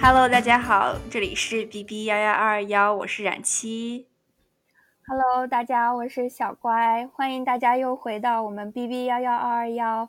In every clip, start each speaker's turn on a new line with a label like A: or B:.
A: Hello，大家好，这里是 BB 幺幺二幺，我是冉七。
B: Hello，大家，我是小乖，欢迎大家又回到我们 BB 幺幺二二幺。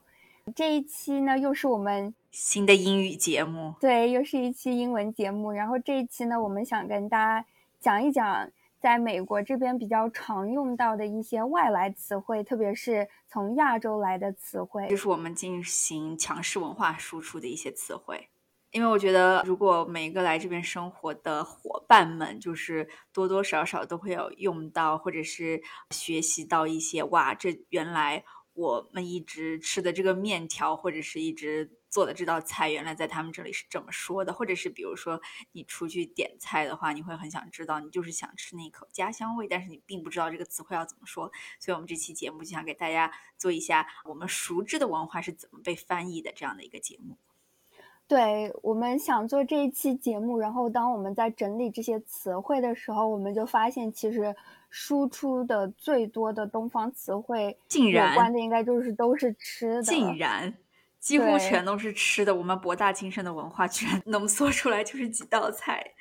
B: 这一期呢，又是我们
A: 新的英语节目，
B: 对，又是一期英文节目。然后这一期呢，我们想跟大家讲一讲在美国这边比较常用到的一些外来词汇，特别是从亚洲来的词汇。
A: 就是我们进行强势文化输出的一些词汇。因为我觉得，如果每一个来这边生活的伙伴们，就是多多少少都会有用到，或者是学习到一些哇，这原来我们一直吃的这个面条，或者是一直做的这道菜，原来在他们这里是这么说的，或者是比如说你出去点菜的话，你会很想知道，你就是想吃那口家乡味，但是你并不知道这个词汇要怎么说，所以我们这期节目就想给大家做一下我们熟知的文化是怎么被翻译的这样的一个节目。
B: 对我们想做这一期节目，然后当我们在整理这些词汇的时候，我们就发现，其实输出的最多的东方词汇
A: 竟
B: 有
A: 然
B: 关的，应该就是都是吃的。
A: 竟然几乎
B: 对
A: 全都是吃的。我们博大精深的文化居然 浓缩出来就是几道菜。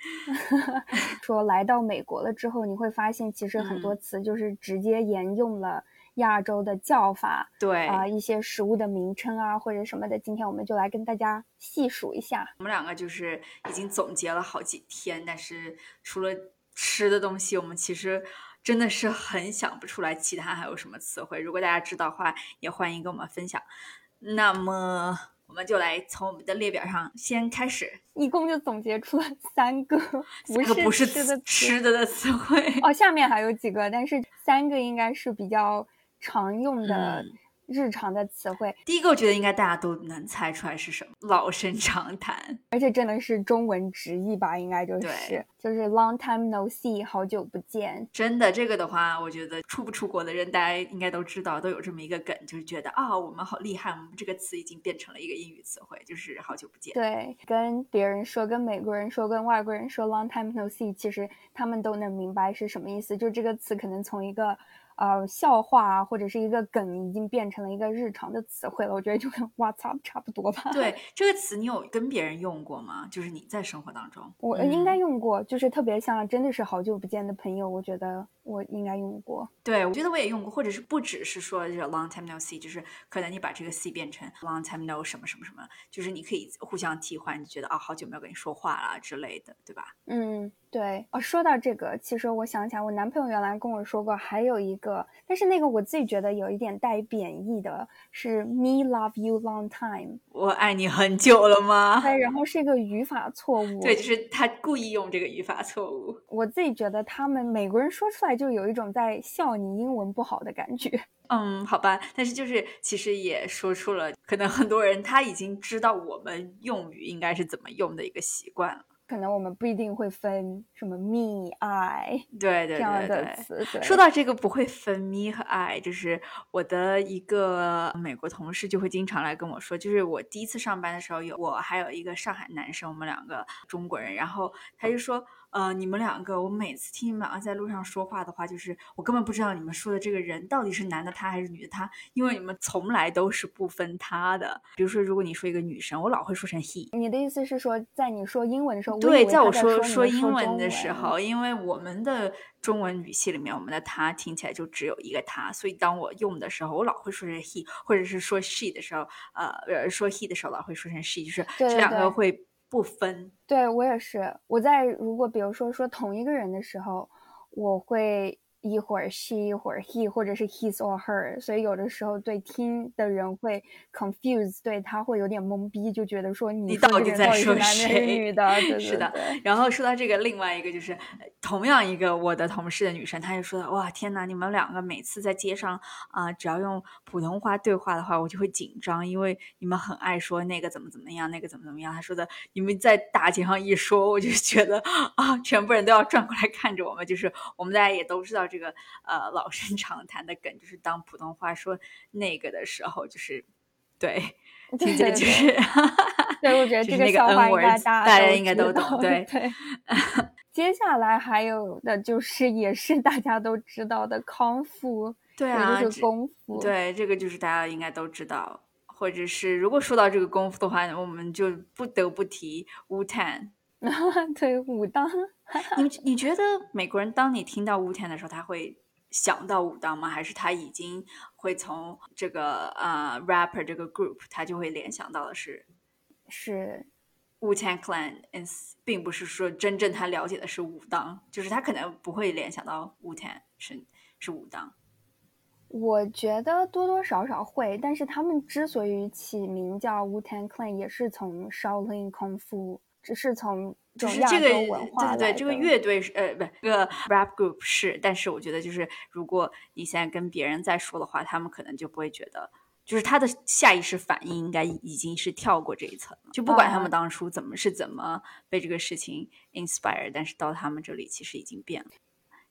B: 说来到美国了之后，你会发现，其实很
A: 嗯
B: 多词就是直接沿用了亚洲的叫法
A: 对，
B: 啊、一些食物的名称啊或者什么的。今天我们就来跟大家细数一下。
A: 我们两个就是已经总结了好几天，但是除了吃的东西，我们其实真的是很想不出来其他还有什么词汇。如果大家知道的话，也欢迎跟我们分享。那么我们就来从我们的列表上先开始，
B: 一共就总结出了 三个，
A: 这
B: 不
A: 个
B: 是
A: 不是
B: 吃的词
A: 吃的的词汇。
B: 哦，下面还有几个，但是三个应该是比较常用的
A: 嗯
B: 日常的词汇，
A: 第一个，我觉得应该大家都能猜出来是什么，老生常谈。
B: 而且真的是中文直译吧，应该就是
A: 对
B: 就是 long time no see，好久不见。
A: 真的，这个的话，我觉得出不出国的人，大家应该都知道，都有这么一个梗，就是觉得啊、我们好厉害，我们这个词已经变成了一个英语词汇，就是好久不见。
B: 对，跟别人说，跟美国人说，跟外国人说 long time no see，其实他们都能明白是什么意思。就这个词可能从一个呃笑话啊，或者是一个梗，已经变成了一个日常的词汇了。我觉得就跟 what's up 差不多吧。
A: 对这个词，你有跟别人用过吗？就是你在生活当中，
B: 我应该
A: 嗯
B: 用过，就是特别像真的是好久不见的朋友，我觉得我应该用过。
A: 对我觉得我也用过，或者是不只是说就是 long time no see，就是可能你把这个 see 变成 long time no 什么什么什么，就是你可以互相替换，你觉得啊、好久没有跟你说话了之类的，对吧？
B: 嗯，对。哦，说到这个，其实我想想，我男朋友原来跟我说过，还有一个，但是那个我自己觉得有一点带贬义的，是 me love you long time。
A: 我爱你很久了吗？
B: 对，然后是一个语法错误。
A: 啊对，就是他故意用这个语法错误。
B: 我自己觉得他们美国人说出来就有一种在笑你英文不好的感觉。
A: 嗯，好吧，但是就是其实也说出了，可能很多人他已经知道我们用语应该是怎么用的一个习惯了。
B: 可能我们不一定会分什么 me I
A: 对对
B: 这样
A: 对
B: 的
A: 对。
B: 词。对
A: 说到这个不会分咪和爱，就是我的一个美国同事就会经常来跟我说，就是我第一次上班的时候有我还有一个上海男生，我们两个中国人，然后他就说，呃，你们两个，我每次听你们两个在路上说话的话，就是我根本不知道你们说的这个人到底是男的他还是女的他，因为你们从来都是不分他的。比如说，如果你说一个女生，我老会说成 he，
B: 你的意思是说，在你说英文的时候，
A: 对，
B: 在
A: 在我
B: 说
A: 说
B: 你们
A: 说英文
B: 中
A: 的时
B: 文
A: 候，因为我们的中文语系里面，我们的他听起来就只有一个他，所以当我用的时候，我老会说成 he，或者是说 she 的时候，呃，呃说 he 的时候老会说成 she，就是这
B: 对对
A: 两
B: 对
A: 个会不分。
B: 对我也是，我在如果比如说说同一个人的时候，我会一会儿 she 一会儿 he 或者是 his or her，所以有的时候对听的人会 confuse，对他会有点懵逼，就觉得说你
A: 你
B: 说
A: 到
B: 这
A: 底
B: 个
A: 在
B: 人到底是
A: 说
B: 男的还是
A: 谁
B: 女的？对对
A: 是的
B: 对
A: 然后说到这个，另外一个就是呃同样一个我的同事的女生，她就说哇天呐，你们两个每次在街上啊、只要用普通话对话的话，我就会紧张，因为你们很爱说那个怎么怎么样，那个怎么怎么样。她说的，你们在大街上一说，我就觉得啊，全部人都要转过来看着我们。就是我们大家也都知道这个呃老生常谈的梗，就是当普通话说那个的时候，就是对，听起来
B: 对
A: 就
B: 对
A: 是。
B: 对，我觉得
A: 就
B: 这
A: 是那个
B: 个笑
A: N
B: 话应该
A: words，
B: 大
A: 大
B: 家
A: 家应该
B: 知
A: 都懂
B: 道
A: 对
B: 接下来还有的就是也是大家都知道的康复，
A: 对
B: 也
A: 啊，
B: 就是
A: 这
B: 功夫。
A: 对，这个就是大家应该都知道，或者是如果说到这个功夫的话，我们就不得不提 Wu Tan。
B: 对，武当。
A: 你你觉得美国人当你听到武田的时候，他会想到武当吗？还是他已经会从这个呃 rapper 这个 group，他就会联想到的是
B: 是，
A: 武田 clan，and s- 并不是说真正他了解的是武当，就是他可能不会联想到武田是是武当。
B: 我觉得多多少少会，但是他们之所以起名叫 Wu Tang Clan，也是从 Shaolin 功夫，只是从
A: 就
B: 这
A: 是
B: 种亚
A: 这
B: 洲
A: 个，
B: 文
A: 对
B: 化
A: 对对，
B: 来
A: 这个
B: 的
A: 乐队是呃，不，这个 rap group 是，但是我觉得就是，如果你现在跟别人在说的话，他们可能就不会觉得，就是他的下意识反应应该已经是跳过这一层了，就不管他们
B: 啊
A: 当初怎么是怎么被这个事情 inspire，但是到他们这里其实已经变了。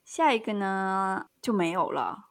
A: 下一个呢就没有了，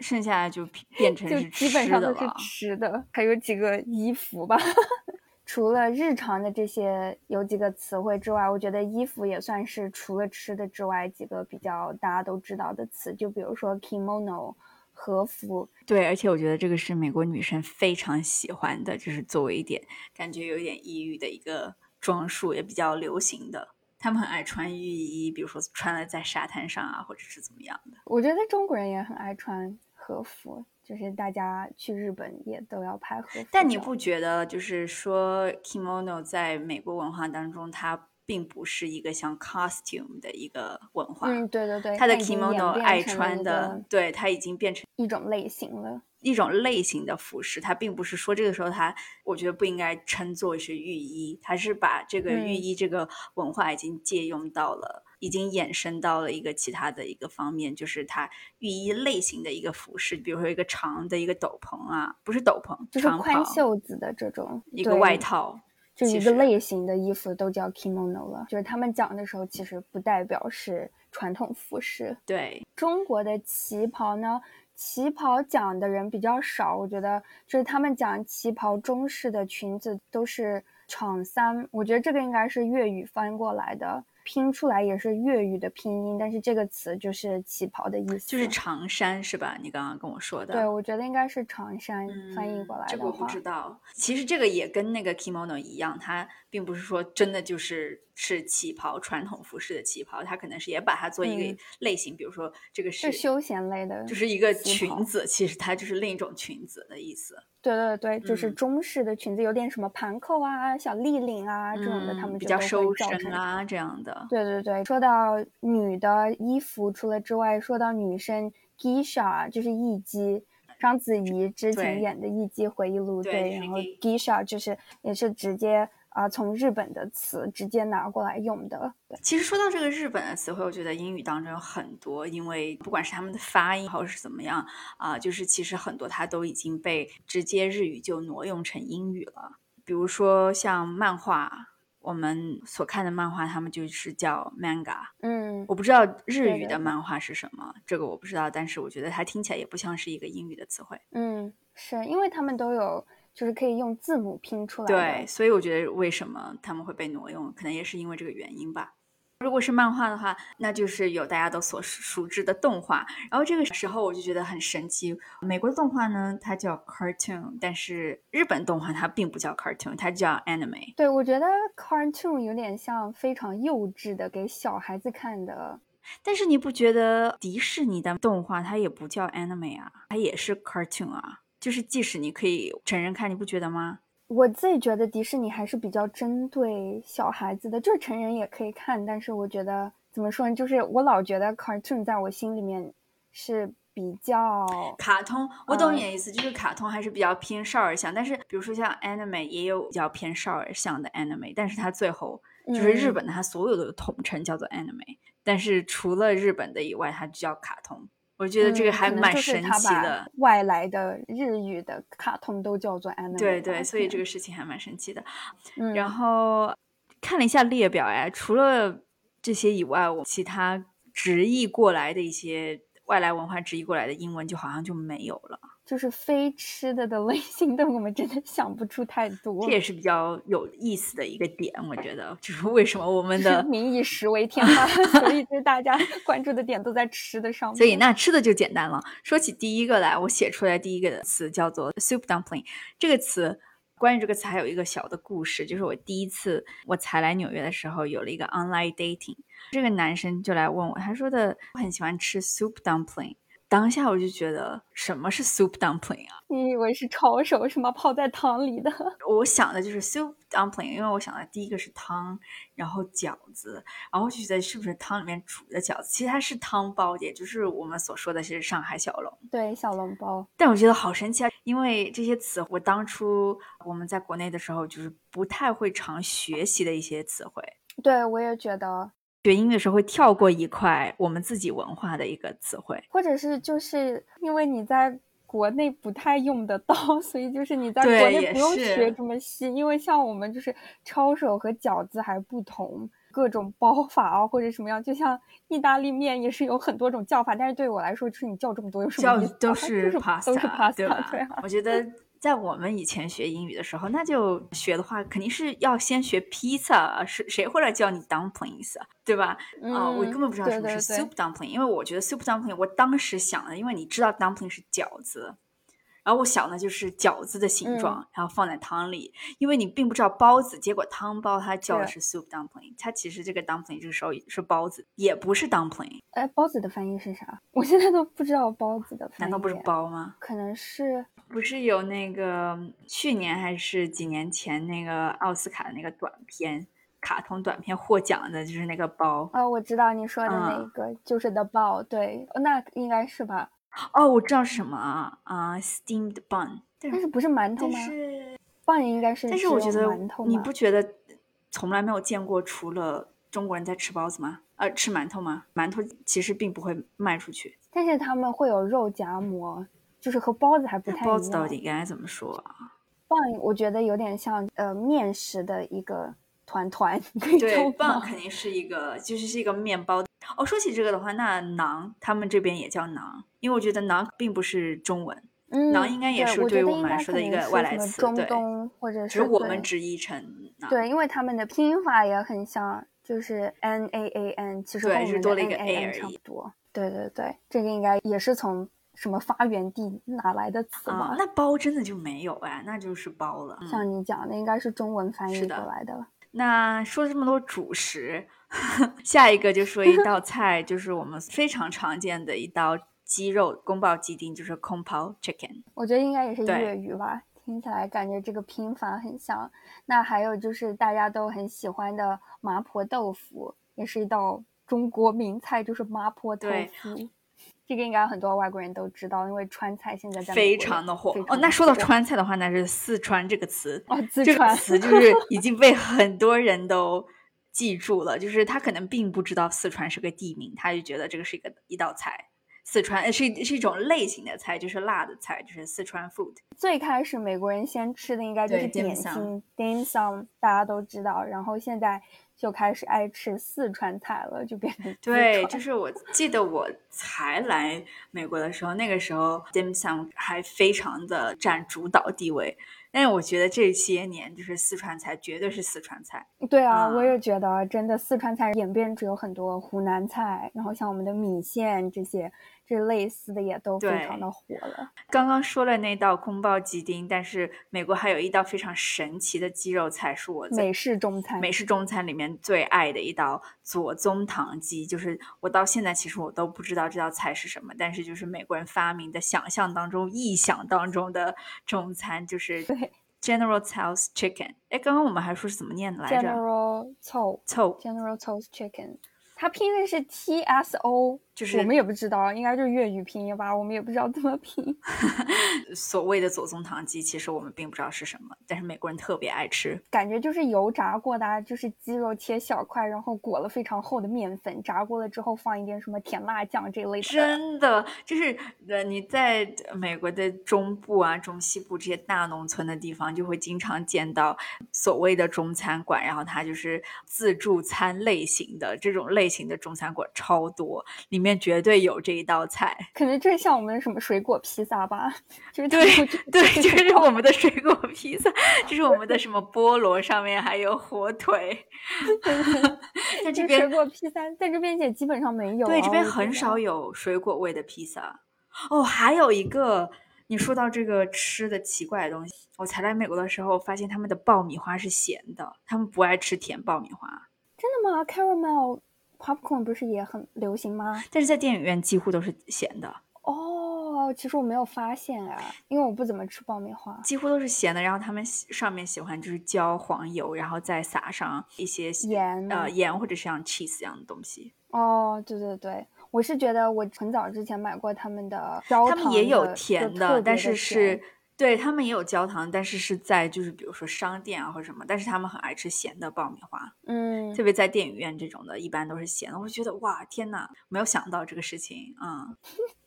A: 剩下的就变成
B: 就是基
A: 吃
B: 本上
A: 的
B: 都是
A: 了。啊
B: 吃的，还有几个衣服吧。 除了日常的这些有几个词汇之外，我觉得衣服也算是除了吃的之外几个比较大家都知道的词，就比如说 kimono 和服，
A: 对，而且我觉得这个是美国女生非常喜欢的，就是作为一点感觉有一点异域的一个装束，也比较流行的。她们很爱穿浴衣，比如说穿了在沙滩上啊，或者是怎么样的。
B: 我觉得中国人也很爱穿和服，就是大家去日本也都要拍和服照。
A: 但你不觉得就是说 kimono 在美国文化当中，它并不是一个像 costume 的一个文化，
B: 嗯，对对对，
A: 它的
B: 已经演
A: kimono
B: 变
A: 爱
B: 成了
A: 穿
B: 一
A: 的
B: 个，
A: 对，它已经变成。
B: 一种类型了。
A: 一种类型的服饰，它并不是说这个时候它，我觉得不应该称作是浴衣，它是把这个浴
B: 嗯
A: 衣这个文化已经借用到了，已经衍生到了一个其他的一个方面，就是它浴衣类型的一个服饰，比如说一个长的一个斗篷啊，不是斗篷，
B: 就是
A: 长
B: 宽
A: 袍，
B: 袖子的这种，
A: 一个
B: 对
A: 外套，
B: 就
A: 其
B: 一
A: 实
B: 个类型的衣服都叫 kimono 了。就是他们讲的时候，其实不代表是传统服饰。
A: 对，
B: 中国的旗袍呢，旗袍讲的人比较少，我觉得就是他们讲旗袍，中式的裙子都是厂三，我觉得这个应该是粤语翻过来的，拼出来也是粤语的拼音，但是这个词就是旗袍的意思。
A: 就是长衫是吧？你刚刚跟我说的，
B: 对，我觉得应该是长衫翻译
A: 嗯
B: 过来
A: 这
B: 的
A: 个我不
B: 话，
A: 知道。其实这个也跟那个 kimono 一样，它并不是说真的就是是旗袍传统服饰的旗袍，它可能是也把它做一
B: 嗯
A: 个类型，比如说这个
B: 是
A: 是
B: 休闲类的，
A: 就是一个
B: 旗袍
A: 裙子，其实它就是另一种裙子的意思。
B: 对对对，就是
A: 嗯
B: 中式的裙子，有点什么盘扣啊、小立领啊这种的，他
A: 嗯
B: 们
A: 比
B: 就
A: 较
B: 都会
A: 收
B: 叫
A: 身
B: 成
A: 啊这样的。
B: 对对对，说到女的衣服，除了之外，说到女生 Gisha 就是艺妓，章子怡之
A: 嗯对
B: 前演的《艺妓回忆录》
A: 对就是
B: 然后
A: gay
B: Gisha 就是也是直接啊、从日本的词直接拿过来用的，对，
A: 其实说到这个日本的词汇，我觉得英语当中有很多，因为不管是他们的发音或者是怎么样啊、就是其实很多它都已经被直接日语就挪用成英语了。比如说像漫画，我们所看的漫画，他们就是叫 manga。
B: 嗯，
A: 我不知道日
B: 对
A: 语
B: 的
A: 的漫画是什么，这个我不知道，但是我觉得它听起来也不像是一个英语的词汇。
B: 嗯，是因为他们都有就是可以用字母拼出来
A: 对，
B: 的，
A: 所以我觉得为什么他们会被挪用，可能也是因为这个原因吧。如果是漫画的话，那就是有大家都所熟熟知的动画。然后这个时候我就觉得很神奇，美国的动画呢，它叫 cartoon，但是日本动画它并不叫 cartoon，它叫 anime。
B: 对我觉得 cartoon 有点像非常幼稚的给小孩子看的，
A: 但是你不觉得迪士尼的动画它也不叫 anime 啊，它也是 cartoon 啊？就是即使你可以成人看，你不觉得吗？
B: 我自己觉得迪士尼还是比较针对小孩子的，就是成人也可以看，但是我觉得怎么说呢，就是我老觉得 cartoon 在我心里面是比较，
A: 卡通，我懂
B: 嗯
A: 你的意思，就是卡通还是比较偏少儿向，但是比如说像 anime 也有比较偏少儿向的 anime，但是它最后就是日
B: 嗯
A: 本的，它所有的统称叫做 anime，但是除了日本的以外，它就叫卡通。我觉得这个
B: 嗯
A: 还
B: 可能
A: 蛮
B: 就是
A: 神
B: 他
A: 奇
B: 把
A: 的，
B: 外来的日语的卡通都叫做 anime，
A: 对
B: 吧
A: 对，所以这
B: 可
A: 个事情还蛮神奇的。
B: 能嗯，
A: 然后看了一下列表，哎，除了这些以外，我其他直译过来的一些外来文化直译过来的英文就好像就没有了。
B: 就是非吃的的类型的，我们真的想不出太多
A: 这。也是比较有意思的一个点，我觉得就是为什么我们
B: 就是
A: 的，
B: 民以食为天嘛， 所以就是 大家关注的点都在吃的上面。
A: 所以那吃的就简单了。说起第一个来，我写出来第一个的词叫做 soup dumpling，这个词关于这个词还有一个小的故事，就是我第一次我才来纽约的时候，有了一个 online dating，这个男生就来问我，他说的我很喜欢吃 soup dumpling，当下我就觉得什么是 soup dumpling 啊？
B: 你以为是抄手什么泡在汤里的？
A: 我想的就是 soup dumpling，因为我想的第一个是汤，然后饺子，然后就觉得是不是汤里面煮的饺子？其实它是汤包的，也就是我们所说的是上海小笼。
B: 对，小笼包。
A: 但我觉得好神奇啊，因为这些词我当初我们在国内的时候就是不太会常学习的一些词汇。
B: 对，我也觉得。
A: 学英语的时候会跳过一块我们自己文化的一个词汇，
B: 或者是就是因为你在国内不太用得到， 所以就是你在
A: 对
B: 国内
A: 也
B: 不用
A: 是
B: 学这么细，因为像我们就是抄手和饺子还不同，各种包法啊或者什么样，就像意大利面也是有很多种叫法，但是对我来说就是你叫这么多有什
A: 叫
B: 么意思啊？
A: 都
B: 就是
A: pasta，
B: 都是 pasta，
A: 对吧？
B: 对啊，
A: 我觉得在我们以前学英语的时候，那就学的话，肯定是要先学 pizza，啊是谁会来叫你 dumplings 啊，对吧？
B: 嗯，
A: 啊、我根本不知道
B: 对
A: 什么是
B: 对对
A: soup dumpling，因为我觉得 soup dumpling，我当时想的，因为你知道 dumpling 是饺子，然后我想的就是饺子的形
B: 嗯
A: 状，然后放在汤里，因为你并不知道包子，结果汤包它叫的是 soup dumpling，它其实这个 dumpling 这个时候是包子，也不是 dumpling，
B: 哎，包子的翻译是啥？我现在都不知道包子的翻译，
A: 难道不是？包吗？
B: 可能是
A: 不是有那个去年还是几年前那个奥斯卡的那个短片，卡通短片获奖的就是那个包。
B: 啊、我知道你说的那
A: 嗯
B: 一个、就是 the ball，对，那应该是吧？
A: 哦，我知道是什么啊啊、s t e a m e d bun，但
B: 但
A: 是
B: 是不是馒头
A: 但
B: 嗯吗？
A: 是
B: 棒也应该是只
A: 但是
B: 有
A: 我觉得
B: 馒头
A: 你
B: 嘛
A: 不觉得从来没有见过除了中国人在吃包子吗？呃，吃馒头吗？馒头其实并不会卖出去。
B: 但是他们会有肉夹馍，就是和包子还不太一样。
A: 包子到底该怎么说啊？
B: 棒，我觉得有点像呃面食的一个团团， 你可以叫
A: 对，棒
B: 棒
A: 肯定是一个，就是是一个面包。哦，说起这个的话，那馕他们这边也叫馕，因为我觉得馕并不是中文，
B: 嗯，
A: 馕应该也是
B: 对我
A: 对于
B: 觉得
A: 我
B: 应
A: 们来
B: 该
A: 说
B: 可
A: 的一
B: 能
A: 个
B: 是
A: 外
B: 什
A: 来
B: 么
A: 词
B: 中
A: 对
B: 东或者
A: 只是
B: 是
A: 我
B: 对
A: 们直译成馕。
B: 对，因为他们的拼音法也很像，就是 n a a n，其实
A: 对
B: 跟我
A: 是
B: 们
A: 多了
B: 的
A: 一
B: n
A: 个
B: a
A: a
B: n
A: 而
B: 差
A: 已
B: 不多。对对对，这个应该也是从什么发源地哪来的词
A: 啊
B: 吧？，
A: 那包真的就没有哎，那就是包了。嗯
B: 像你讲的，应该是中文翻
A: 是
B: 译
A: 的
B: 过来的。
A: 那说了这么多主食， 下一个就说一道菜，就是我们非常常见的一道鸡肉宫保鸡丁，就是 k o n p a o chicken。
B: 我觉得应该也是
A: 对
B: 粤语吧，听起来感觉这个拼法很像。那还有就是大家都很喜欢的麻婆豆腐，也是一道中国名菜，就是麻婆豆
A: 对
B: 腐。这个应该很多外国人都知道，因为川菜现在在美
A: 非
B: 国也
A: 常的火
B: 非常
A: 哦。那说到
B: 火
A: 川菜的话，那是四川这个词，
B: 哦，四
A: 这个
B: 川
A: 词就是已经被很多人都记住了。就是他可能并不知道四川是个地名，他就觉得这个是一个一道菜。四川呃是一是一种类型的菜，就是辣的菜，就是四川 food。
B: 最开始美国人先吃的应该就
A: 对
B: 是
A: ，dim
B: 点
A: sum
B: 心 dim sum，大家都知道。然后现在就开始爱吃四川菜了，就变成四
A: 对，
B: 川
A: 就是我记得我才来美国的时候，那个时候 dim sum 还非常的占主导地位。但是我觉得这些年，就是四川菜绝对是四川菜，
B: 对啊，
A: 啊
B: 我也觉得，真的四川菜演变只有很多湖南菜，然后像我们的米线这些，这类似的也都非常
A: 对
B: 的火了。
A: 刚刚说了那道宫爆鸡丁，但是美国还有一道非常神奇的鸡肉菜，是我在
B: 美式中餐，
A: 美式中餐里面最爱的一道左宗棠鸡。就是我到现在其实我都不知道这道菜是什么，但是就是美国人发明的，想象当中、臆想当中的中餐，就是
B: 对
A: General Tso's Chicken。哎，刚刚我们还说是怎么念的来着
B: General Tso
A: ？Tso
B: General Tso's Chicken，它拼的是 T S O，
A: 就是
B: 我们也不知道，应该就是粤语拼音吧，我们也不知道怎么拼。
A: 所谓的左宗棠鸡，其实我们并不知道是什么，但是美国人特别爱吃。
B: 感觉就是油炸过的、啊，就是鸡肉切小块，然后裹了非常厚的面粉，炸过了之后放一点什么甜辣酱这类的。
A: 真的就是，呃，你在呃美国的中部啊、中西部这些大农村的地方，就会经常见到所谓的中餐馆，然后它就是自助餐类型的这种类型的中餐馆超多，里面绝对有这一道菜。
B: 可能这像我们的什么水果披萨吧，就是它
A: 对
B: 会这
A: 对，
B: 这
A: 就是我们的水果披萨，就是我们的什么菠萝上面还有火腿，在这
B: 这
A: 边
B: 水果披萨在这边也基本上没有啊、
A: 对，这边
B: 我觉
A: 很
B: 得
A: 少有水果味的披萨。哦，还有一个你说到这个吃的奇怪的东西，我才来美国的时候发现他们的爆米花是咸的，他们不爱吃甜爆米花。
B: 真的吗？Caramel popcorn 不是也很流行吗？
A: 但是在电影院几乎都是咸的，
B: 哦，其实我没有发现啊，因为我不怎么吃爆米花。
A: 几乎都是咸的。然后他们喜上面喜欢就是浇黄油，然后再撒上一些
B: 盐
A: 呃盐或者是像 cheese 一样的东西。
B: 哦，对对对，我是觉得我很早之前买过他们的焦
A: 他
B: 糖的，
A: 们也有
B: 就
A: 甜
B: 特别
A: 但是
B: 的
A: 是
B: 甜
A: 对他们也有焦糖，但是是在就是比如说商店啊或者什么，但是他们很爱吃咸的爆米花，
B: 嗯
A: 特别在电影院这种的，一般都是咸的。我就觉得哇，天呐，没有想到这个事情啊、嗯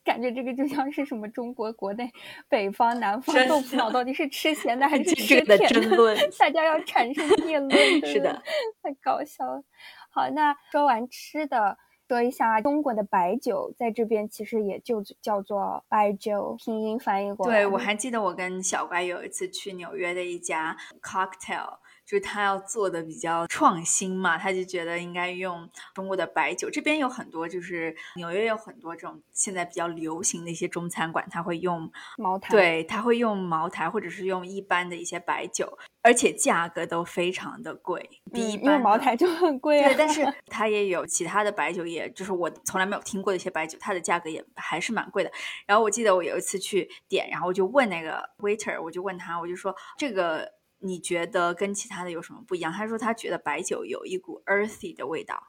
B: 感觉这个就像是什么中国国内北方南方
A: 真
B: 豆腐脑
A: 的
B: 到底是吃咸的还是
A: 这
B: 吃
A: 这
B: 甜
A: 个的争论
B: 大家要产生 辩论，对
A: 是
B: 吧
A: 的，
B: 太搞笑了。好，那说完吃的，说一下中国的白酒，在这边其实也就叫做白酒，拼音翻译过来。
A: 对，我还记得我跟小乖有一次去纽约的一家 cocktail，就是他要做的比较创新嘛，他就觉得应该用中国的白酒。这边有很多，就是纽约有很多这种现在比较流行的一些中餐馆，他会用
B: 茅台，，
A: 对，他会用茅台或者是用一般的一些白酒，而且价格都非常的贵，比
B: 嗯，
A: 一
B: 因为
A: 般
B: 茅
A: 的
B: 台就很贵啊
A: 对，。但是它也有其他的白酒也，就是我从来没有听过的一些白酒，它的价格也还是蛮贵的。然后我记得我有一次去点，然后我就问那个 waiter，我就问他，我就说这个你觉得跟其他的有什么不一样？他说他觉得白酒有一股 earthy 的味道，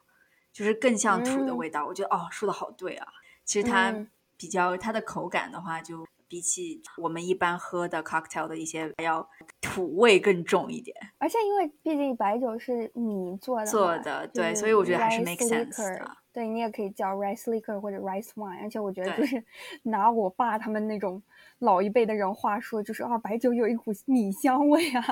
A: 就是更像土的
B: 嗯
A: 味道。我觉得哦，说的好对啊，其实它
B: 嗯
A: 比较它的口感的话就。比起我们一般喝的 cocktail 的一些，要土味更重一点。
B: 而且因为毕竟白酒是米做的嘛，
A: 做的
B: 就
A: 对
B: 是
A: 所以我觉得还是
B: rice
A: make sense
B: liquor，
A: 的
B: 对你也可以叫 rice liquor 或者 rice wine，而且我觉得就
A: 对
B: 是拿我爸他们那种老一辈的人话说，就是啊，白酒有一股米香味啊。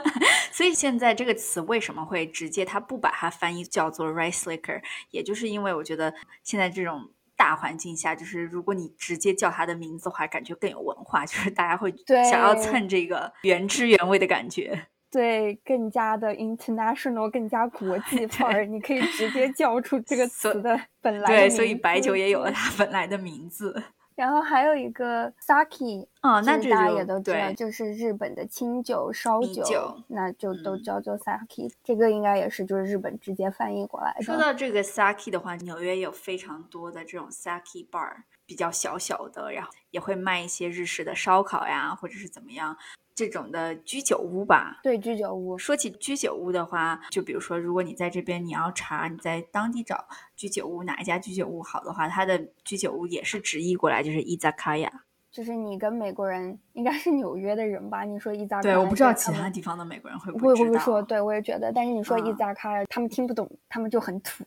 A: 所以现在这个词为什么会直接它不把它翻译叫做 rice liquor，也就是因为我觉得现在这种大环境下，就是如果你直接叫它的名字的话，感觉更有文化， 就是大家会
B: 对
A: 想要蹭这个原汁原味的感觉。
B: 对，更加的 international，更加国 际范儿，你可以直接叫出这个
A: 所
B: 词的本来的
A: 对，所以
B: 名
A: 白
B: 字
A: 酒也有
B: 对
A: 了它本来的名字。
B: 然后还有一个 sake，
A: 哦，那
B: 其
A: 这
B: 实大家也
A: 就
B: 都知道，
A: 对，
B: 就是日本的清酒、烧
A: 米
B: 酒，
A: 酒
B: 那就都
A: 嗯
B: 叫做 sake、这个应该也是就是日本直接翻译过来的。
A: 说到这个 sake 的话，纽约有非常多的这种 sake bar，比较小小的，然后也会卖一些日式的烧烤呀，或者是怎么样这种的居酒屋吧。
B: 对居酒屋，
A: 说起居酒屋的话，就比如说，如果你在这边你要查你在当地找居酒屋哪一家居酒屋好的话，它的居酒屋也是直译过来就是伊扎卡亚。
B: 就是你跟美国人，应该是纽约的人吧？你说伊扎卡，
A: 对，我不知道其
B: 们
A: 他地方的美国人会
B: 会
A: 知
B: 不
A: 道，
B: 会说，对我也觉得，但是你说伊
A: 嗯
B: 扎卡，他们听不懂，他们就很土，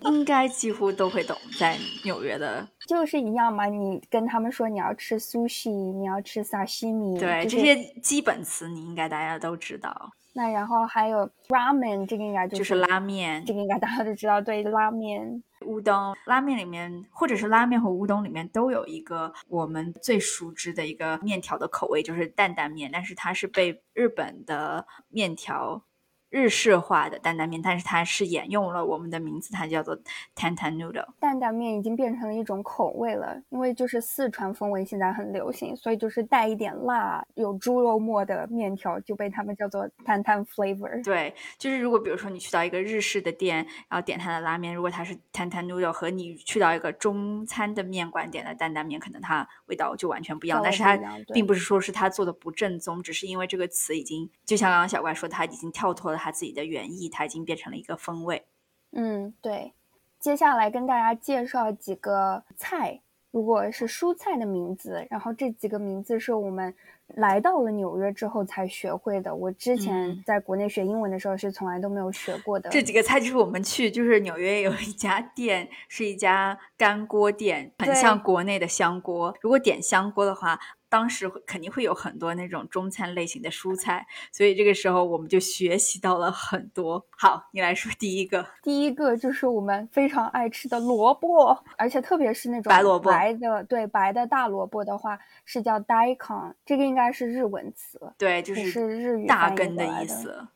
A: 应该几乎都会懂，在纽约的
B: 就是一样嘛。你跟他们说你要吃 sushi，你要吃 sashimi，
A: 对这
B: 就是
A: 些基本词，你应该大家都知道。
B: 那然后还有 ramen，这个应该就
A: 就是拉面
B: 这、个应该大家都知道，对拉面，
A: 乌冬。拉面里面，或者是拉面和乌冬里面都有一个我们最熟知的一个面条的口味，就是担担面，但是它是被日本的面条。日式化的担担面，但是它是沿用了我们的名字，它叫做 tantan noodle。
B: 担担面已经变成了一种口味了，因为就是四川风味现在很流行，所以就是带一点辣、有猪肉末的面条就被他们叫 做担担 flavor。
A: 对，就是如果比如说你去到一个日式的店，然后点它的拉面，如果它是 tantan noodle，和你去到一个中餐的面馆点的担担面，可能它味道就完全不一样。
B: 味
A: 但
B: 道
A: 是
B: 不
A: 它
B: 一样对
A: 并不是说是它做的不正宗，只是因为这个词已经，就像刚刚小怪说，它已经跳脱了它自己的原意，它已经变成了一个风味。
B: 嗯，对。接下来跟大家介绍几个菜，如果是蔬菜的名字，然后这几个名字是我们来到了纽约之后才学会的。我之前
A: 嗯
B: 在国内学英文的时候是从来都没有学过的。
A: 这几个菜就是我们去，就是纽约有一家店，是一家干锅店，很
B: 对
A: 像国内的香锅。如果点香锅的话，当时会肯定会有很多那种中餐类型的蔬菜，所以这个时候我们就学习到了很多。好，你来说第一个
B: 第一个就是我们非常爱吃的萝卜，而且特别是那种
A: 白萝卜
B: 白的对白的大萝卜的话是叫 daikon，这个应该是日文词，
A: 对，就
B: 也是日语
A: 大
B: 翻译
A: 根
B: 过
A: 的
B: 来
A: 意
B: 的
A: 思。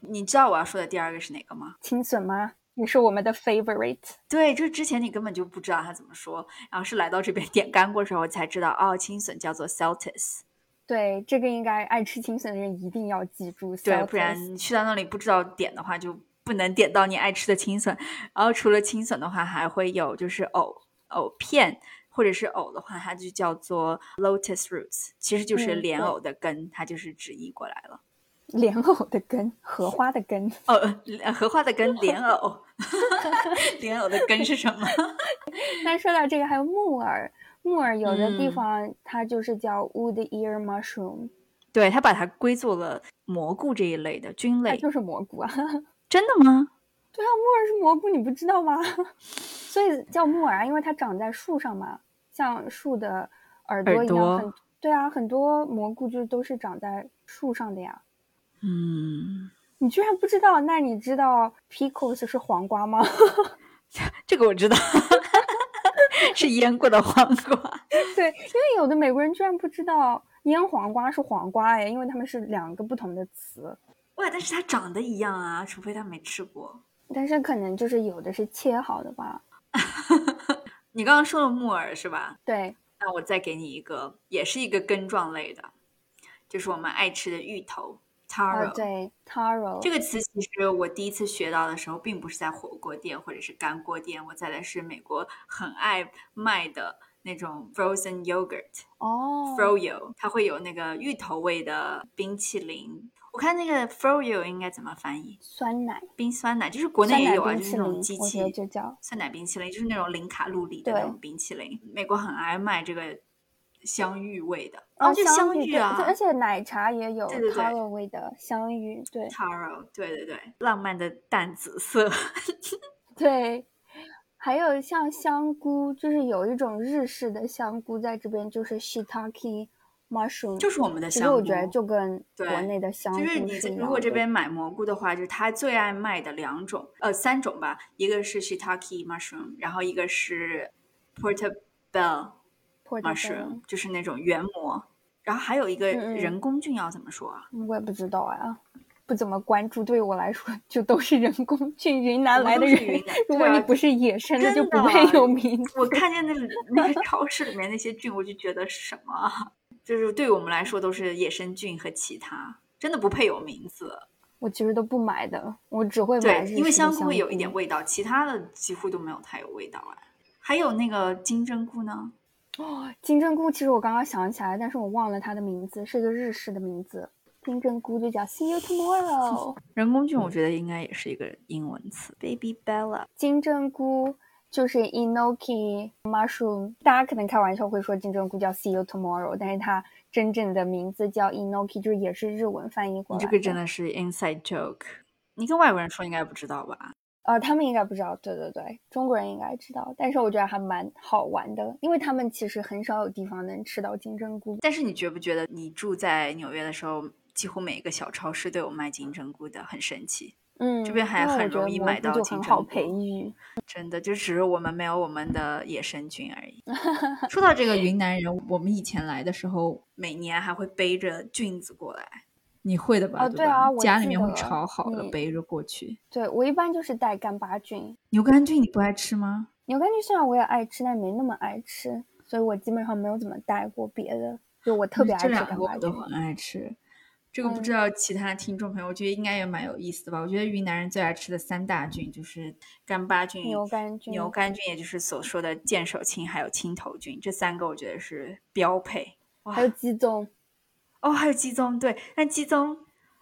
A: 你知道我要说的第二个是哪个吗？
B: 青笋吗？也是我们的 favorite。
A: 对，就之前你根本就不知道他怎么说，然后是来到这边点干锅之后才知道，哦，青笋叫做 Celtis。
B: 对，这个应该爱吃青笋的人一定要记住。
A: 对，不然你去到那里不知道点的话，就不能点到你爱吃的青笋。然后除了青笋的话，还会有就是藕藕片，或者是藕的话，它就叫做 lotus roots，其实就是
B: 嗯
A: 莲
B: 对
A: 藕的根，它就是直译过来了。
B: 莲藕的根，荷花的根，
A: 哦，莲荷花的根，莲藕， 莲藕的根是什么？
B: 那说到这个，还有木耳，木耳有的地
A: 嗯
B: 方它就是叫 wood ear mushroom，、
A: 对，它把它归作了蘑菇这一类的菌
B: 它
A: 类，
B: 就是蘑菇啊。
A: 真的吗？
B: 对啊，木耳是蘑菇，你不知道吗？ 所以叫木耳啊，因为它长在树上嘛，像树的耳朵
A: 耳
B: 一样。
A: 朵
B: 很对啊，很多蘑菇就都是长在树上的呀。
A: 嗯，
B: 你居然不知道？那你知道 pickles 是黄瓜吗？
A: 这个我知道， 是腌过的黄瓜。
B: 对，因为有的美国人居然不知道腌黄瓜是黄瓜哎，因为他们是两个不同的词。
A: 哇，但是它长得一样啊，除非它没吃过。
B: 但是可能就是有的是切好的吧。
A: 你刚刚说了木耳是吧？
B: 对，
A: 那我再给你一个，也是一个根状类的，就是我们爱吃的芋头 taro。
B: 啊对，taro
A: 这个词其实我第一次学到的时候，并不是在火锅店或者是干锅店，我在的是美国很爱卖的那种 frozen yogurt
B: 哦
A: froyo，它会有那个芋头味的冰淇淋。我看那个 froyo 应该怎么翻译？
B: 酸奶，
A: 冰酸奶，就是国
B: 酸
A: 内也
B: 奶
A: 有啊，
B: 冰
A: 就是
B: 淇
A: 那种
B: 淋
A: 机，
B: 我
A: 器
B: 觉得就叫
A: 酸奶冰淇淋，就是那种零卡路里的那
B: 对
A: 种冰淇淋。美国很爱卖这个香芋味的，
B: 哦，
A: 就
B: 香
A: 芋
B: 对
A: 啊，
B: 对而且奶茶也有
A: 对对对
B: taro 味的香芋，对
A: taro，对对对，浪漫的淡紫色。
B: 对。还有像香菇，就是有一种日式的香菇，在这边就是 shiitake mushroom，
A: 就是我们的
B: 其
A: 香
B: 实
A: 菇。
B: 我觉得就跟
A: 对
B: 国内的香
A: 就是
B: 菇
A: 你这
B: 一
A: 如
B: 样
A: 果这
B: 的
A: 边买蘑菇的话，就是它最爱卖的两种，呃，三种吧，一个是 shiitake mushroom，然后一个是 portobello
B: portobello，
A: mushroom，就是那种原蘑，然后还有一个
B: 嗯嗯
A: 人工菌要怎么说啊？
B: 我也不知道啊，不怎么关注。对我来说，就都是人工去云南啊来
A: 我们
B: 的
A: 都是
B: 人
A: 云。南
B: 如果你
A: 对啊
B: 不是野生的，就
A: 真的啊
B: 不会有名字。
A: 我看见那个那个超市里面那些菌，我就觉得什么啊，就是对我们来说都是野生菌和其他，真的不配有名字。
B: 我其实都不买的，我只会买
A: 对，
B: 日式
A: 因为
B: 的
A: 香
B: 香
A: 菇会有一点。味道，其他的几乎都没有太有味道啊。还有那个金针菇呢，
B: 哦金针菇其实我刚刚想起来，但是我忘了它的名字，是一个日式的名字。金针菇就叫 See you tomorrow。
A: 人工菌我觉得应该也是一个英文词，baby bella。
B: 金针菇就是 enoki mushroom，大家可能开玩笑会说金针菇叫 see you tomorrow，但是它真正的名字叫 enoki，就是也是日文翻译过
A: 你
B: 来
A: 这个真的是 inside joke，你跟外国人说应该不知道吧？
B: 呃，他们应该不知道，对对对，中国人应该知道，但是我觉得还蛮好玩的，因为他们其实很少有地方能吃到金针菇。
A: 但是你觉不觉得你住在纽约的时候，几乎每一个小超市都有卖金针菇的，很神奇。
B: 嗯，
A: 这边还
B: 因为我
A: 很
B: 觉得
A: 容易
B: 蘑
A: 买
B: 菇
A: 到
B: 就
A: 金
B: 很
A: 针
B: 好
A: 菇
B: 培育。
A: 真的，就只是我们没有我们的野生菌而 已。说到这个云南人，我们以前来的时候，每年还会背着菌子过来，你会的吧？
B: 哦对
A: 吧
B: 啊我
A: 家
B: 记
A: 里面会
B: 得
A: 炒好的
B: 嗯
A: 背着过去。
B: 对我一般就是带干巴菌，
A: 牛肝菌你不爱吃吗？
B: 牛肝菌虽然我也爱吃，但没那么爱吃，所以我基本上没有怎么带过别的。就我特别爱
A: 嗯这
B: 吃
A: 两
B: 干
A: 个
B: 巴
A: 我
B: 菌
A: 都，很爱吃。这个不知
B: 嗯
A: 道其他听众朋友，我觉得应该也蛮有意思的吧。我觉得云南人最爱吃的三大菌就是干巴菌、
B: 牛肝菌
A: 牛肝菌也就是所说的剑手青，还有青头菌，这三个我觉得是标配。哇
B: 还有鸡枞，
A: 哦，还有鸡枞，对，但鸡枞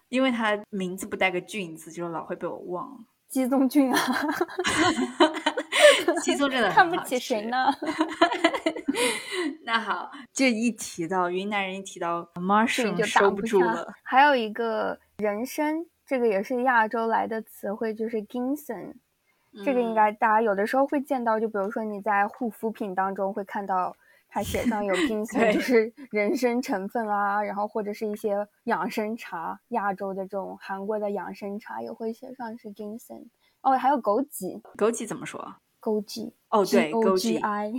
A: 因为它名字不带个菌字，就老会被我忘了。
B: 鸡枞菌啊，
A: 鸡枞真的
B: 看
A: 很
B: 不
A: 好
B: 起谁
A: 吃？
B: 呢？
A: 那好，这一提到云南人，一提到 mushroom
B: 就
A: 收
B: 打
A: 不
B: 不
A: 住
B: 下
A: 了。。
B: 还有一个人参，这个也是亚洲来的词汇，就是 ginseng。这个应
A: 嗯
B: 该大家有的时候会见到，就比如说你在护肤品当中会看到它写上 有 ginseng，
A: 对
B: 就是人参成分啊，然后或者是一些养生茶，亚洲的这种韩国的养生茶也会写上是 ginseng。哦，还有枸杞，
A: 枸杞怎么说？
B: 枸杞，
A: 哦，对，枸
B: G
A: 杞，
B: I，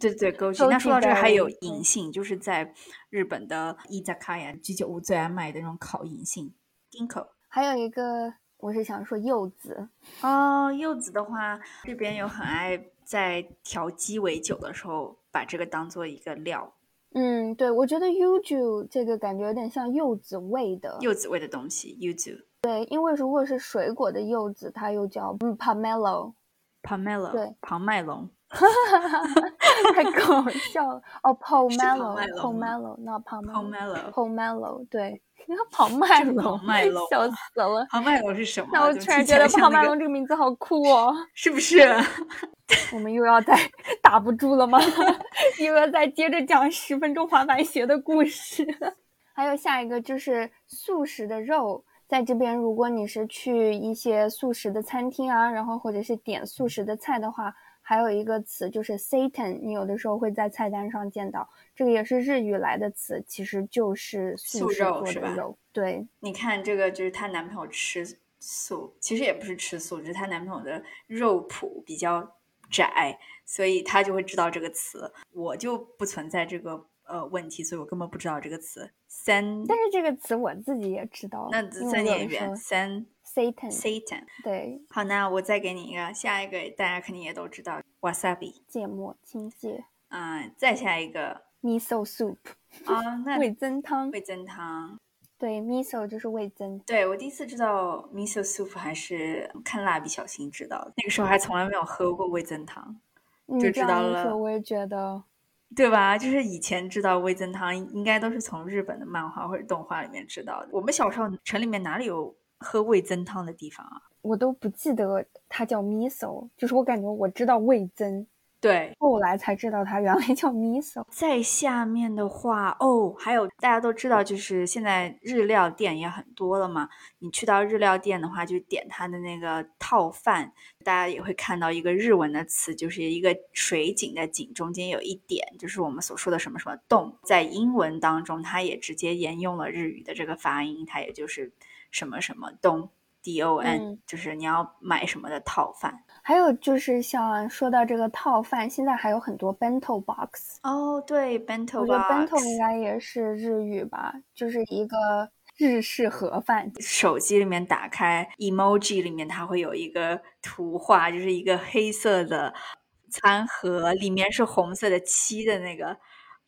A: 对对枸杞。
B: 枸
A: 那说
B: 杞
A: 到这个，还有
B: berry，
A: 银杏，就是在日本的伊扎卡呀居酒屋最爱卖的那种烤银杏 ginkgo。
B: 还有一个我是想说柚子，
A: 哦，柚子的话，这边有很爱在调鸡尾酒的时候把这个当做一个料，
B: 嗯，对，我觉得 yuzu 这个感觉有点像柚子味的，
A: 柚子味的东西，yuzu
B: 对，因为如果是水果的柚子，它又叫嗯 pomelo，对
A: pomelo，庞麦隆，
B: 太搞笑了，哦
A: 是
B: pomelo，pomelo，
A: pomelo
B: 那
A: pomelo
B: pomelo，pomelo，对，跑麦
A: 是跑
B: 龙，
A: 麦龙
B: 笑死了。
A: 庞麦隆是什么？
B: 那我
A: 怎么
B: 突然
A: 听起
B: 觉
A: 来
B: 得
A: 像
B: 庞
A: 那
B: 麦
A: 个
B: 龙这个名字好酷哦！
A: 是不是？
B: 我们又要再 打不住了吗？ 又要再接着讲十分钟滑板鞋的故事。还有下一个就是素食的肉，在这边如果你是去一些素食的餐厅啊，然后或者是点素食的菜的话，还有一个词就是 Satan，你有的时候会在菜单上见到，这个也是日语来的词，其实就是素
A: 素
B: 食
A: 肉
B: 做
A: 是
B: 的
A: 吧
B: 肉。对，
A: 你看这个就是她男朋友吃素，其实也不是吃素，只是她男朋友的肉谱比较窄，所以她就会知道这个词。我就不存在这个呃问题，所以我根本不知道这个词。三，
B: 但是这个词我自己也知道，
A: 那
B: 因为
A: 再
B: 我有嗯
A: 念一
B: 的时候
A: 遍，三
B: Satan，
A: Satan。
B: 对，
A: 好，那我再给你一个，下一个大家肯定也都知道，wasabi。
B: 芥末、青芥、
A: 啊、再下一个
B: miso soup
A: 啊、那
B: 味增汤，
A: 味增汤。
B: 对，miso 就是味增。
A: 对，我第一次知道 miso soup 还是看蜡笔小新知道的，那个时候还从来没有喝过味增汤，
B: 你
A: 就
B: 嗯这
A: 知道
B: 样一说，
A: 了
B: 我也觉得，
A: 对吧？就是以前知道味增汤，应该都是从日本的漫画或者动画里面知道的。我们小时候城里面哪里有喝味增汤的地方啊？
B: 我都不记得它叫 miso，就是我感觉我知道味增，
A: 对，
B: 后来才知道它原来叫 miso。
A: 在下面的话，哦，还有大家都知道，就是现在日料店也很多了嘛。你去到日料店的话，就点它的那个套饭，大家也会看到一个日文的词，就是一个水井的井中间有一点，就是我们所说的什么什么洞。在英文当中，它也直接沿用了日语的这个发音，它也就是什么什么洞 D O N，、
B: 嗯
A: 就是你要买什么的套饭。
B: 还有就是像说到这个套饭，现在还有很多 bento box，
A: 哦，对，bento
B: 我觉得 bento
A: box
B: 应该也是日语吧，就是一个日式盒饭。
A: 手机里面打开 emoji 里面，它会有一个图画，就是一个黑色的餐盒，里面是红色的漆的那个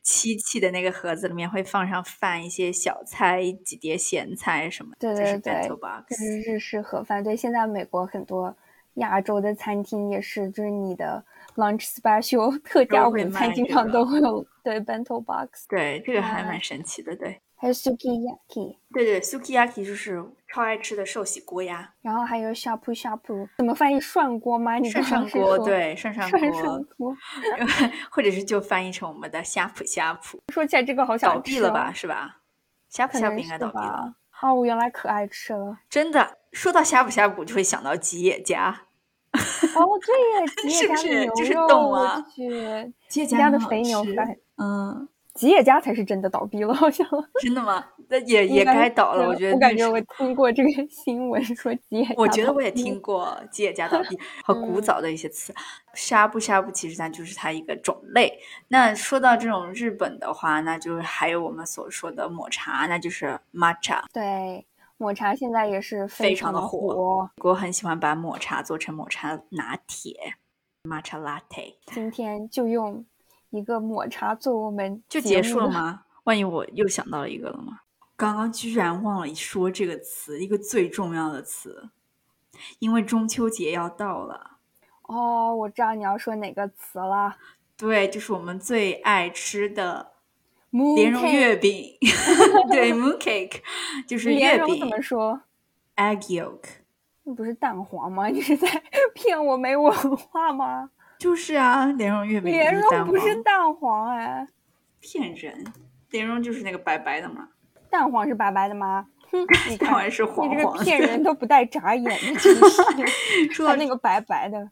A: 漆器的那个盒子，里面会放上饭、一些小菜、几碟咸菜什么的，
B: 对
A: 这是
B: 对
A: bento
B: 对
A: box
B: 就。是日式盒饭。对，现在美国很多亚洲的餐厅也是，就是你的 lunch special 特价
A: 都
B: 午
A: 会
B: 餐
A: 卖
B: 经
A: 这
B: 常
A: 个
B: 都会有对 bento box，
A: 对，这个还
B: 啊
A: 蛮神奇的。对，
B: 还有 sukiyaki，
A: 对对，sukiyaki 就是超爱吃的寿喜锅呀，
B: 然后还有 shapu shapu，怎么翻译涮锅吗？你
A: 涮
B: 刚
A: 涮
B: 刚是
A: 锅，
B: 说
A: 对，涮涮
B: 涮涮
A: 锅，
B: 锅。
A: 或者是就翻译成我们的呷哺呷哺，
B: 说起来这个好想
A: 倒闭
B: 吃
A: 了
B: 哦
A: 吧，？是吧？呷哺
B: 可
A: 呷
B: 能
A: 哺应该
B: 是
A: 倒闭了。
B: 吧。哦，我原来可爱吃了。
A: 真的，说到呷哺呷哺，就会想到吉野家。
B: 哦，对呀，吉
A: 是
B: 野
A: 不
B: 家的
A: 是
B: 牛
A: 就是
B: 肉，
A: 冻
B: 我
A: 啊
B: 去，
A: 吉野
B: 吉野家的
A: 很好
B: 肥牛
A: 吃
B: 饭，
A: 嗯，
B: 吉野家才是真的倒闭了，好像。
A: 真的吗？那也
B: 应
A: 也
B: 该
A: 该倒了，
B: 是
A: 我觉得。
B: 我感觉我，听过这个新闻说吉野，
A: 我觉得我也。听过吉野家倒 闭和
B: 嗯
A: 古早的一些词。呷哺呷哺其实它就是它一个种类。那说到这种日本的话，那就是还有我们所说的抹茶，那就是 matcha。
B: 对，抹茶现在也是
A: 非
B: 常
A: 常
B: 的
A: 的火我很喜欢把抹茶做成抹茶拿铁，matcha latte。
B: 今天就用一个抹茶做我们
A: 就结
B: 节
A: 束
B: 目
A: 了
B: 的？
A: 吗？万一我又想到了一个了吗？刚刚居然忘了说这个词，一个最重要的词，因为中秋节要到了。
B: 哦，我知道你要说哪个词了，
A: 对，就是我们最爱吃的莲
B: 莲
A: 蓉月饼， 对，moon cake，就是
B: 莲
A: 月
B: 蓉
A: 饼
B: 怎么说？
A: egg yolk，
B: 那不是蛋黄吗？ 你是在骗我没文化吗？
A: 就是啊，莲蓉月饼
B: 莲
A: 就是
B: 蓉
A: 蛋
B: 不 是
A: 黄
B: 蛋黄哎，
A: 骗人，莲蓉就是那个白白的嘛，
B: 蛋黄是白白的吗？ 哼，你
A: 蛋
B: 看
A: 黄是黄
B: 你这
A: 黄
B: 个
A: 的。
B: 骗人都不带眨眼 的，真是
A: 说到
B: 还那个白白的。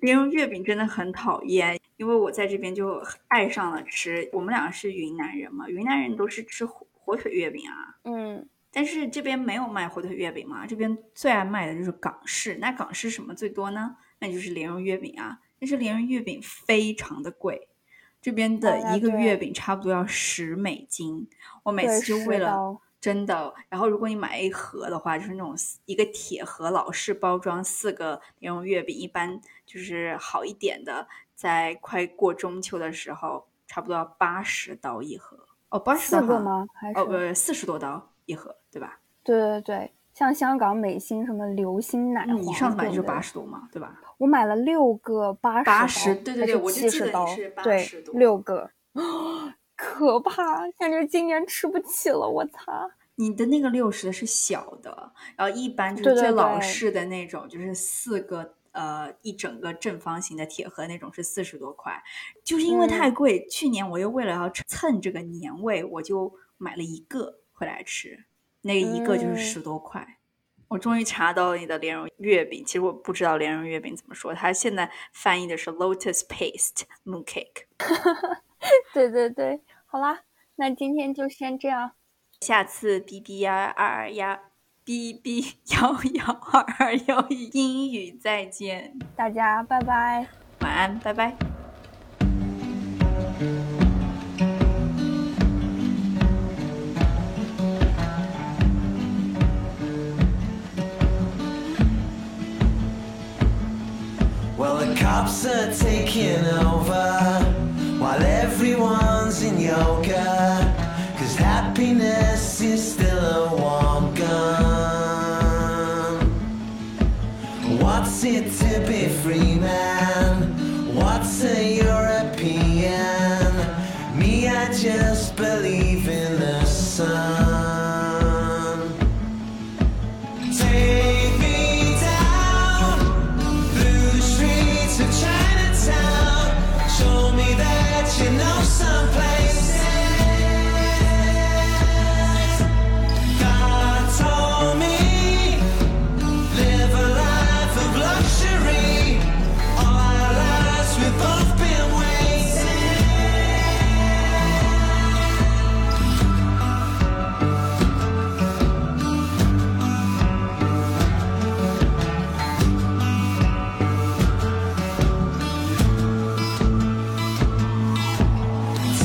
A: 莲蓉月饼真的很讨厌，因为我在这边就爱上了吃。我们俩是云南人嘛，云南人都是吃火火腿月饼啊，
B: 嗯，
A: 但是这边没有卖火腿月饼嘛，这边最爱卖的就是港式。那港式什么最多呢？那就是莲蓉月饼啊。但是莲蓉月饼非常的贵，这边
B: 啊
A: 的一个
B: 对
A: 月饼差不多要十美金。我每
B: 对，
A: 次就为
B: 十
A: 了
B: 刀。
A: 真的。然后如果你买一盒的话，就是那种一个铁盒老式包装四个莲蓉月饼，一般就是好一点的，在快过中秋的时候，差不多要八十刀一盒。哦，八十
B: 四
A: 刀
B: 个
A: 好像？
B: 吗？还是、
A: 哦，不，四十多刀一盒，对吧？
B: 对对对，像香港美心什么流心奶黄，
A: 你嗯上次买的就是
B: 对不对
A: 八十多嘛，对吧？
B: 我买了六个八十
A: 80对对对我就
B: 七
A: 记得
B: 十
A: 你
B: 刀
A: 是，
B: 对
A: 80多，
B: 六个， 可怕，感觉今年吃不起了，我擦！
A: 你的那个六十的是小的，然后一般就
B: 对
A: 是
B: 对
A: 最老
B: 对
A: 式的那种，就是四个呃一整个正方形的铁盒那种是四十多块，就是因为
B: 嗯
A: 太贵，去年我又为了要蹭蹭这个年味，我就买了一个回来吃，那个一个就是
B: 嗯
A: 十多块。我终于查到了你的莲蓉月饼，其实我不知道莲蓉月饼怎么说，它现在翻译的是 lotus paste mooncake。
B: 对对对，好啦，那今天就先这样，
A: 下次 B B 幺二二幺 B B 幺幺二二幺英语再见，
B: 大家拜拜。
A: 晚安，拜拜。
C: Well, the cops are taking over while everyone's in yoga. Cause happiness is still a warm gun. What's it to be free, man? What's a European? Me, I just believe in the sun. Take me down. Blue streets of Chinatown. Show me that you know some places. God told me live a life of luxury. All our lives we've both been waiting.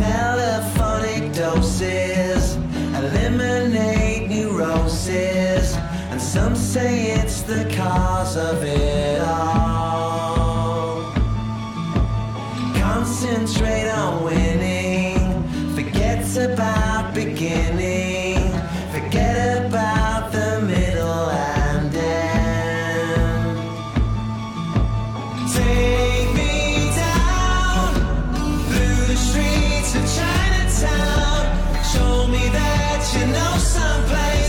C: telephonic doses eliminate neurosis and some say it's the cause of it all concentrate on winning forget about beginning forget about the middle and end take me down through the streets of Chinatown. Show me that you know someplace.